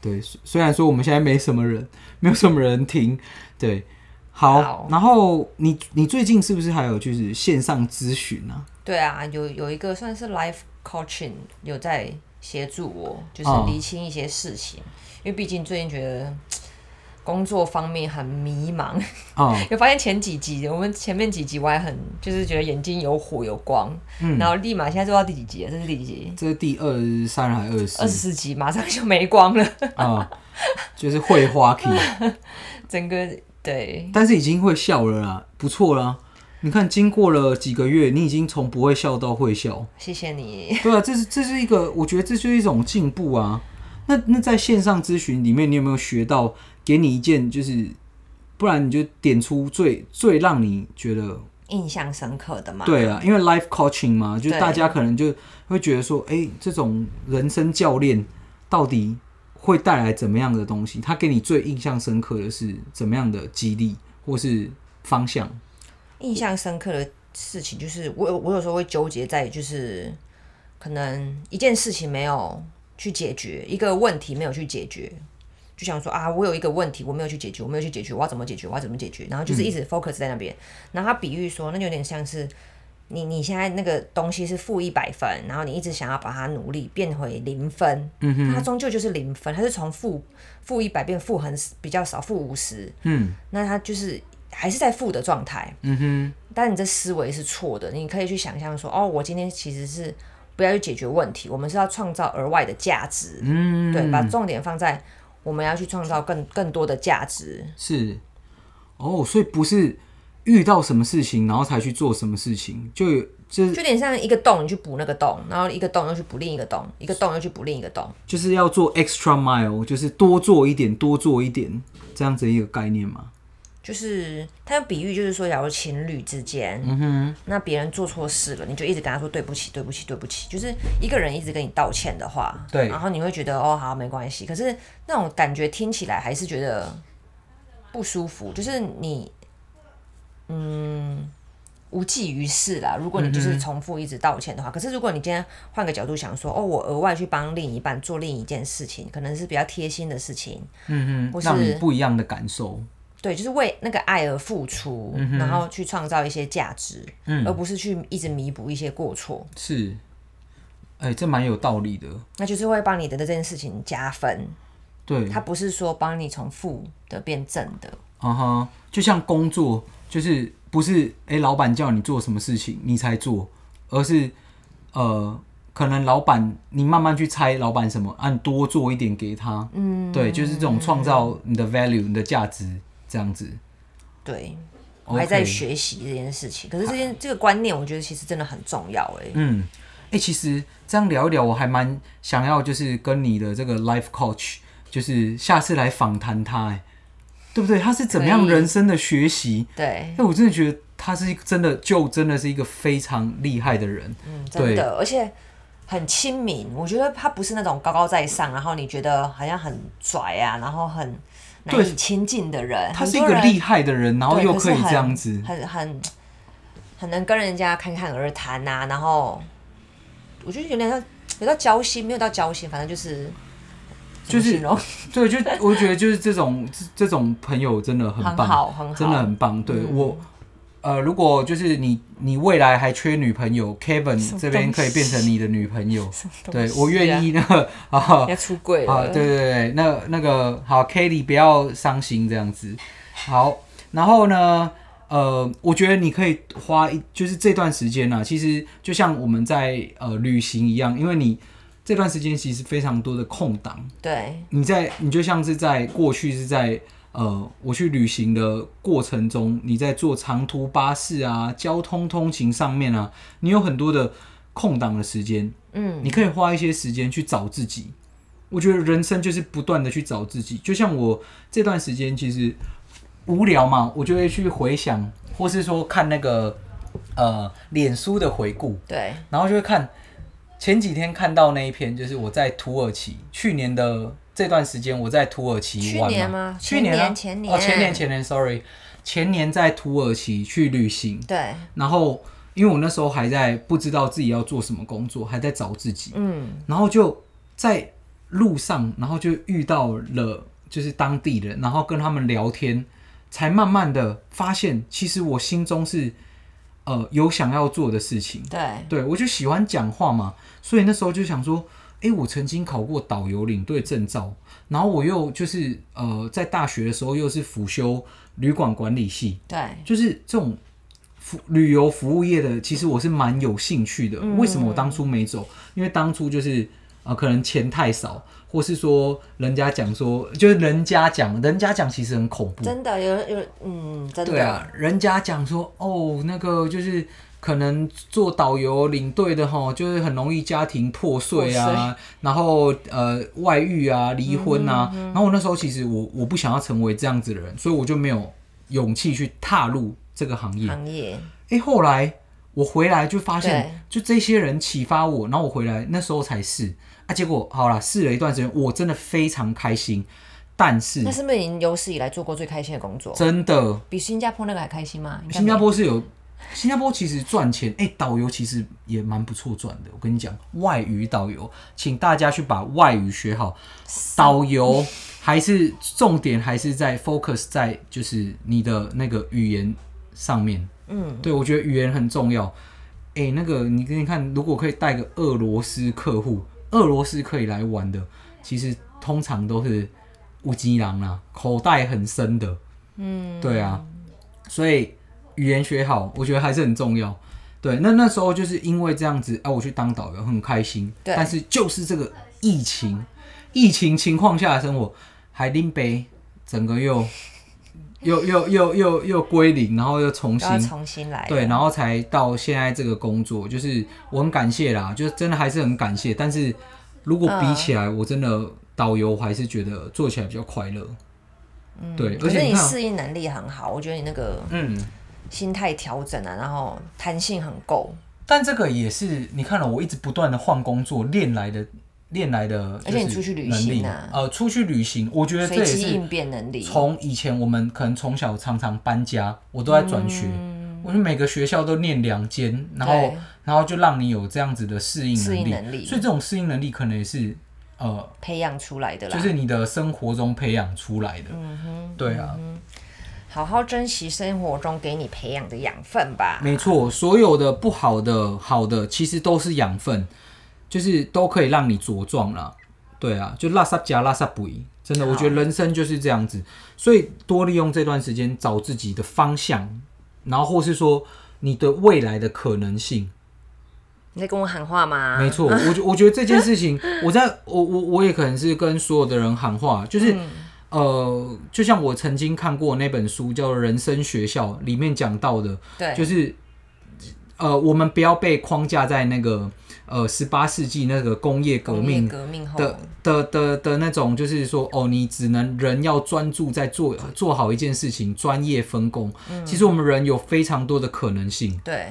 A: 对，虽然说我们现在没什么人，没有什么人听，对，好。
B: 好
A: 然后你你最近是不是还有就是线上咨询啊？
B: 对啊，有有一个算是 life coaching 有在协助我，就是
A: 哦
B: 厘清一些事情，因为毕竟最近觉得工作方面很迷茫。
A: 哦，
B: 有发现前几集，我们前面几集我还很就是觉得眼睛有火有光，
A: 嗯
B: 然后立马现在做到第几集了？这是第几集？
A: 这是第二十三还是二十四
B: 二十四集，马上就没光了，
A: 啊？就是会花 key，
B: 整个对
A: 但是已经会笑了啦，不错啦。你看，经过了几个月，你已经从不会笑到会笑，
B: 谢谢你。
A: 对啊，这是这是一个，我觉得这就是一种进步啊。那那在线上咨询里面，你有没有学到给你一件就是，不然你就点出最最让你觉得
B: 印象深刻的嘛？
A: 对啊，因为 life coaching 嘛，就
B: 对
A: 大家可能就会觉得说，哎、这种人生教练到底会带来怎么样的东西？他给你最印象深刻的是怎么样的激励或是方向？
B: 印象深刻的事情就是我有我有时候会纠结在就是可能一件事情没有去解决，一个问题没有去解决，就想说啊，我有一个问题我没有去解决，我没有去解决，我要怎么解决，我要怎么解决，然后就是一直 focus 在那边。然后他比喻说，那就有点像是你你现在那个东西是负一百分，然后你一直想要把它努力变回零分，嗯哼，它终究就是零分，它是从负负一百变负很比较少，负五十，
A: 嗯
B: 那它就是还是在负的状态，
A: 嗯哼，
B: 但你这思维是错的，你可以去想象说，哦，我今天其实是不要去解决问题，我们是要创造额外的价值，
A: 嗯，
B: 对，把重点放在我们要去创造更更多的价值，
A: 是哦，所以不是遇到什么事情然后才去做什么事情，就有就是
B: 就有点像一个洞，你去补那个洞，然后一个洞又去补另一个洞，一个洞又去补另一个洞，
A: 就是要做 extra mile，就是多做一点，多做一点这样子一个概念嘛。
B: 就是他的比喻就是说，假如情侣之间，
A: 嗯
B: 那别人做错事了，你就一直跟他说对不起，对不起，对不起，就是一个人一直跟你道歉的话，
A: 对
B: 然后你会觉得哦好没关系，可是那种感觉听起来还是觉得不舒服，就是你，嗯，无济于事啦。如果你
A: 嗯
B: 就是重复一直道歉的话，可是如果你今天换个角度想说，哦，我额外去帮另一半做另一件事情，可能是比较贴心的事情，
A: 嗯
B: 或
A: 哼，
B: 是
A: 让你不一样的感受。
B: 对，就是为那个爱而付出，
A: 嗯
B: 然后去创造一些价值，而不是去一直弥补一些过错，
A: 是，哎、这蛮有道理的。
B: 那就是会帮你的这件事情加分。
A: 对，
B: 它不是说帮你从负的变正的，
A: 嗯哼，就像工作，就是不是哎、老板叫你做什么事情你才做，而是呃，可能老板你慢慢去猜老板什么，啊按、你多做一点给他，嗯，对，就是这种创造你的 value，你的价值这样子。
B: 对。我还在
A: OK
B: 学习这件事情可是这件这个观念，我觉得其实真的很重要哎、
A: 嗯，哎、其实这样聊一聊，我还蛮想要就是跟你的这个 life coach，就是下次来访谈他、哎，对不对？他是怎么样
B: 可以
A: 人生的学习？
B: 对，
A: 哎，我真的觉得他是一个真的，就真的是一个非常厉害的人。
B: 嗯，真的，而且很亲民。我觉得他不是那种高高在上，然后你觉得好像很拽啊，然后很难
A: 对
B: 以亲近的人。
A: 他是一
B: 很多
A: 个
B: 人
A: 厉害的人，然后
B: 对
A: 哦又
B: 是
A: 可以
B: 很
A: 这样子。
B: 很很很能跟人家侃侃而谈呐、然后我觉得有点像有到交心，没有到交心，反正就是
A: 就是
B: 怎么 形容
A: 对，就我觉得就是这种这这种朋友真的很棒，
B: 很好很好嗯
A: 真的很棒。对、我，呃，如果就是你你未来还缺女朋友，Kevin
B: 么
A: 这边
B: 东
A: 可以变成你的女朋友，对我
B: 东
A: 愿
B: 西
A: 意那个 啊
B: 要出柜了。
A: 啊，对对对，那那个好 k e l l y 不要伤心这样子。好，然后呢，呃，我觉得你可以花一，就是这段时间呢、啊，其实就像我们在呃旅行一样，因为你这段时间其实非常多的空档，
B: 对
A: 你在你就像是在过去是在。呃，我去旅行的过程中，你在坐长途巴士啊、交通通勤上面啊，你有很多的空档的时间，
B: 嗯，
A: 你可以花一些时间去找自己，我觉得人生就是不断的去找自己，就像我这段时间其实无聊嘛，我就会去回想，或是说看那个呃脸书的回顾，
B: 对，
A: 然后就会看前几天看到那一篇，就是我在土耳其去年的这段时间，我在土耳其
B: 去
A: 玩
B: 年
A: 嘛，
B: 吗？
A: 去
B: 年
A: 啊
B: 前
A: 哦前年前年，sorry，前年在土耳其去旅行，
B: 对，
A: 然后因为我那时候还在不知道自己要做什么工作，还在找自己，
B: 嗯，
A: 然后就在路上，然后就遇到了就是当地人，然后跟他们聊天，才慢慢的发现，其实我心中是呃有想要做的事情。
B: 对，
A: 对我就喜欢讲话嘛，所以那时候就想说，诶，我曾经考过导游领队证照，然后我又就是呃在大学的时候又是辅修旅馆管理系，
B: 对，
A: 就是这种服旅游服务业的，其实我是蛮有兴趣的。为什么我当初没走？因为当初就是呃，可能钱太少，或是说人家讲说，就是人家讲，人家讲其实很恐怖。
B: 真的有有，嗯，真
A: 对
B: 的，
A: 啊，人家讲说哦，那个就是可能做导游领队的哈，就是很容易家庭破碎
B: 破
A: 啊，然后呃外遇啊、离婚啊。
B: 嗯
A: 然后我那时候其实我我不想要成为这样子的人，所以我就没有勇气去踏入这个行业。
B: 行业，
A: 哎、后来我回来就发
B: 对
A: 现，就这些人启发我，然后我回来那时候才试啊，结果好啦，试了一段时间，我真的非常开心，但是
B: 那是不是您有史以来做过最开心的工作？
A: 真的
B: 比新加坡那个还开心吗？应该
A: 新加
B: 没
A: 坡是有。新加坡其实赚钱，哎、导游其实也蛮不错赚的。我跟你讲，外语导游，请大家去把外语学好。导游还是重点还是在 focus 在就是你的那个语言上面。
B: 嗯，
A: 对，我觉得语言很重要。哎、那个你给你看，如果可以带个俄罗斯客户，俄罗斯可以来玩的，其实通常都是乌鸡狼啦，啊口袋很深的。嗯，对啊，所以语言学好，我觉得还是很重要。对，那那时候就是因为这样子，哎、我去当导游很开心。
B: 对
A: 但是就是这个疫情，疫情情况下的生活，海林北整个又又又又又又归零，然后又重
B: 都
A: 新
B: 要重新来了，
A: 对，啊然后才到现在这个工作，就是我很感谢啦，就是真的还是很感谢。但是如果比起来，我真的导游我还是觉得做起来比较快乐。对，而
B: 可
A: 且嗯
B: 是
A: 你
B: 你
A: 看，啊
B: 适应能力很好，我觉得你那个
A: 嗯，
B: 心态调整啊，然后弹性很够，
A: 但这个也是你看了，我一直不断的换工作练来的，练来的，
B: 而且你出去旅行啊
A: 呃，出去旅行，我觉得这
B: 随
A: 也
B: 机
A: 是
B: 应变能力。
A: 从以前我们可能从小常常搬家，我都在转学，我就每个学校都念两间，然后
B: 嗯对
A: 然后就让你有这样子的适应
B: 适
A: 能
B: 应
A: 力，
B: 能力
A: 所以这种适应能力可能也是呃，
B: 培养出来的啦，
A: 就是你的生活中培养出来的，
B: 嗯
A: 对啊，
B: 好好珍惜生活中给你培养的养分吧。
A: 没错，所有的不好的、好的，其实都是养分，就是都可以让你茁壮啦。对啊，就拉萨加拉萨不一，真的，
B: 好
A: 我觉得人生就是这样子，所以多利用这段时间找自己的方向，然后或是说你的未来的可能性。
B: 你在跟我喊话吗？
A: 没错，我觉我觉得这件事情， 我在我我我也可能是跟所有的人喊话，就是、呃，就像我曾经看过那本书叫《人生学校》，里面讲到的，
B: 对，
A: 就是呃，我们不要被框架在那个呃十八世纪那个工业革
B: 工业
A: 命
B: 革命后，
A: 的的的的那种，就是说哦，你只能人要专注在做做好一件事情，专业分工。
B: 嗯
A: 其实我们人有非常多的可能性，
B: 对，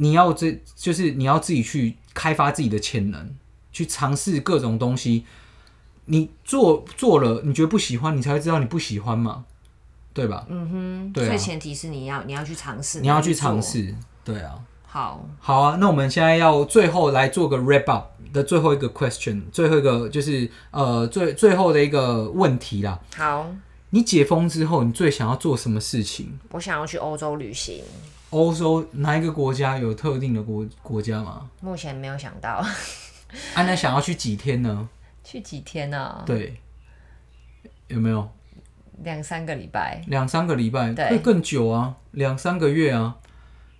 A: 你要这就是你要自己去开发自己的潜能，去尝试各种东西。你做做了，你觉得不喜欢，你才会知道你不喜欢嘛，对吧？
B: 嗯哼，
A: 对啊
B: 所以前提是你要你要去尝试，
A: 你要去
B: 做
A: 尝。试，对啊。
B: 好，
A: 好啊，那我们现在要最后来做个 wrap up 的最后一个 question，最后一个就是呃最最后的一个问题啦。
B: 好，
A: 你解封之后，你最想要做什么事情？
B: 我想要去欧洲旅行，
A: 欧洲哪一个国家有特定的国国家吗？
B: 目前没有想到
A: 安、娜想要去几天呢？
B: 去几天呢、
A: 对，有没有
B: 两三个礼拜。
A: 两三个礼拜？
B: 对
A: 会更久啊，两三个月啊。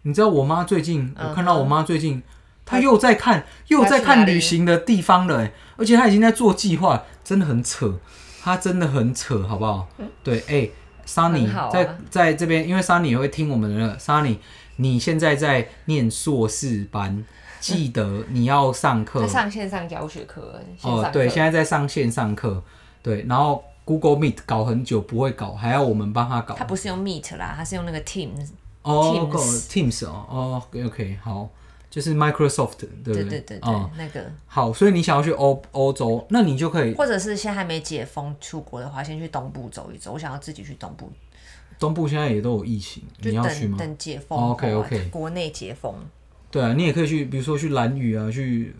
A: 你知道我妈最近，
B: 嗯哼
A: 我看到我妈最近，她又在看又在
B: 她去哪
A: 看
B: 里
A: 旅行的地方了、
B: 嗯
A: 欸，而且她已经在做计划，真的很扯，她真的很扯，好不好？对，哎、s u n n
B: 嗯很
A: y
B: 好啊
A: 在在 这边，因为 Sunny 也会听我们的那个，Sunny，你现在在念硕士班，记得你要上课
B: 他，上线上教学课，线上
A: 嗯哦
B: 课，
A: 对，现在在上线上课，对，然后 Google Meet 搞很久不会搞，还要我们帮他搞
B: 他。不是用 Meet 啦，他是用那个 Teams，
A: 哦
B: Teams
A: ，Go- Teams 哦，哦，OK OK，好，就是 Microsoft，对不
B: 对
A: 对？
B: 对对对，
A: 哦
B: 那个
A: 好，所以你想要去欧欧洲，那你就可以
B: 或者是现在还没解封出国的话，先去东部走一走。我想要自己去东部，
A: 东部现在也都有疫情，
B: 就
A: 你要去
B: 等
A: 吗？
B: 等解封
A: 哦
B: 后啊、
A: ，OK，OK
B: 国内解封，
A: 对啊，你也可以去，比如说去蓝屿啊，去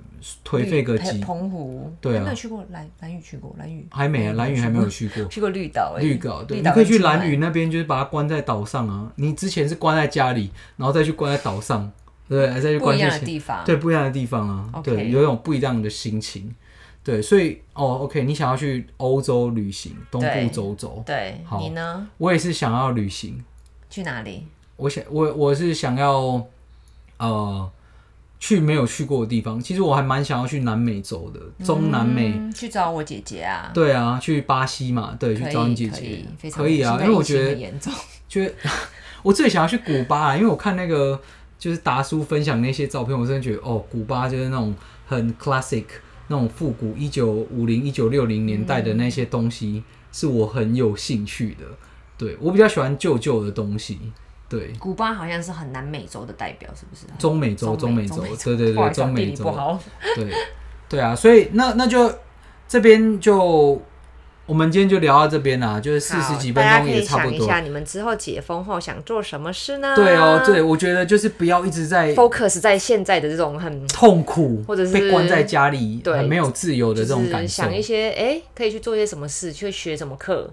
A: 颓废个
B: 澎
A: 几，
B: 嗯澎湖，
A: 对啊
B: 有没有去过蓝蓝屿？去过蓝屿，
A: 还没啊，蓝屿还没有去过。
B: 去过绿岛而已，
A: 绿岛对，
B: 绿
A: 你
B: 岛
A: 可以去
B: 跟金门
A: 蓝屿，那边，就是把它关在岛上啊。你之前是关在家里，然后再去关在岛上，对不对，再去
B: 不
A: 关
B: 一
A: 在
B: 样的地方，
A: 对不一样的地方啊
B: OK
A: 对，有一种不一样的心情，对，所以哦，OK，你想要去欧洲旅行，东部
B: 对
A: 走走，
B: 对
A: 好
B: 你呢？
A: 我也是想要旅行，
B: 去哪里？
A: 我想我我是想要呃去没有去过的地方，其实我还蛮想要去南美洲的，中南美。
B: 嗯去找我姐姐啊，
A: 对啊，去巴西嘛，对，去
B: 可以
A: 找你姐
B: 可
A: 姐
B: 以，非常
A: 可以啊，
B: 现在
A: 因为我
B: 疫情
A: 觉得
B: 很严重，
A: 觉得我最想要去古巴啊，因为我看那个就是达叔分享那些照片，我真的觉得哦，古巴就是那种很 classic 那种复古一九五零一九六零年代
B: 嗯
A: 的那些东西，是我很有兴趣的。对我比较喜欢旧旧的东西，对
B: 古巴好像是很南美洲的代表，是不是？
A: 中美洲中美洲，对对
B: 不好
A: 对
B: 意思啊
A: 中
B: 地
A: 美
B: 理
A: 洲
B: 不，好，
A: 对对啊，所以那那就这边就。我们今天就聊到这边啦、啊就是四十几分
B: 好大家
A: 钟
B: 可以
A: 也差不
B: 想一
A: 多。
B: 下，嗯你们之后解封后想做什么事呢？
A: 对哦，对，我觉得就是不要一直在
B: focus 在现在的这种很
A: 痛苦，
B: 或者是
A: 被关在家里，
B: 对
A: 很没有自由的
B: 就
A: 这种感
B: 是
A: 受，
B: 想一些哎、诶可以去做些什么事，去学什么课，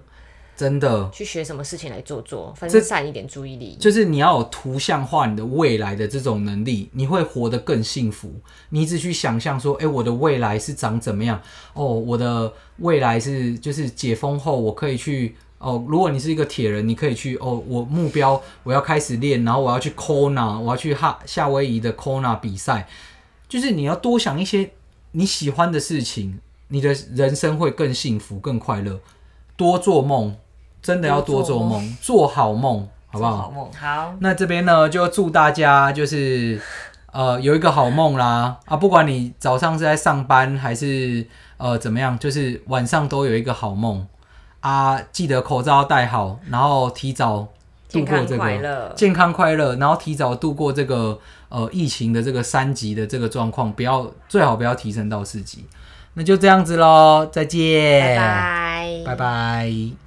A: 真的
B: 去学什么事情来做做，分散一点注意力。
A: 就是你要有图像化你的未来的这种能力，你会活得更幸福。你一直去想象说，哎、我的未来是长怎么样？哦，我的未来是就是解封后我可以去。哦，如果你是一个铁人，你可以去哦。我目标我要开始练，然后我要去 Kona，我要去哈夏威夷的 Kona 比赛，就是你要多想一些你喜欢的事情，你的人生会更幸福、更快乐。多做梦，真的要多做
B: 多做
A: 梦，做好梦，好不
B: 做
A: 好
B: 好？梦，好，
A: 那这边呢，就祝大家就是呃有一个好梦啦啊！不管你早上是在上班还是呃怎么样，就是晚上都有一个好梦啊！记得口罩要戴好，然后提早度
B: 健
A: 过
B: 康
A: 这
B: 快
A: 个
B: 乐，
A: 健康快乐，然后提早度过这个呃疫情的这个三级的这个状况，不要最好不要提升到四级。那就这样子喽，再见，
B: 拜拜，
A: 拜拜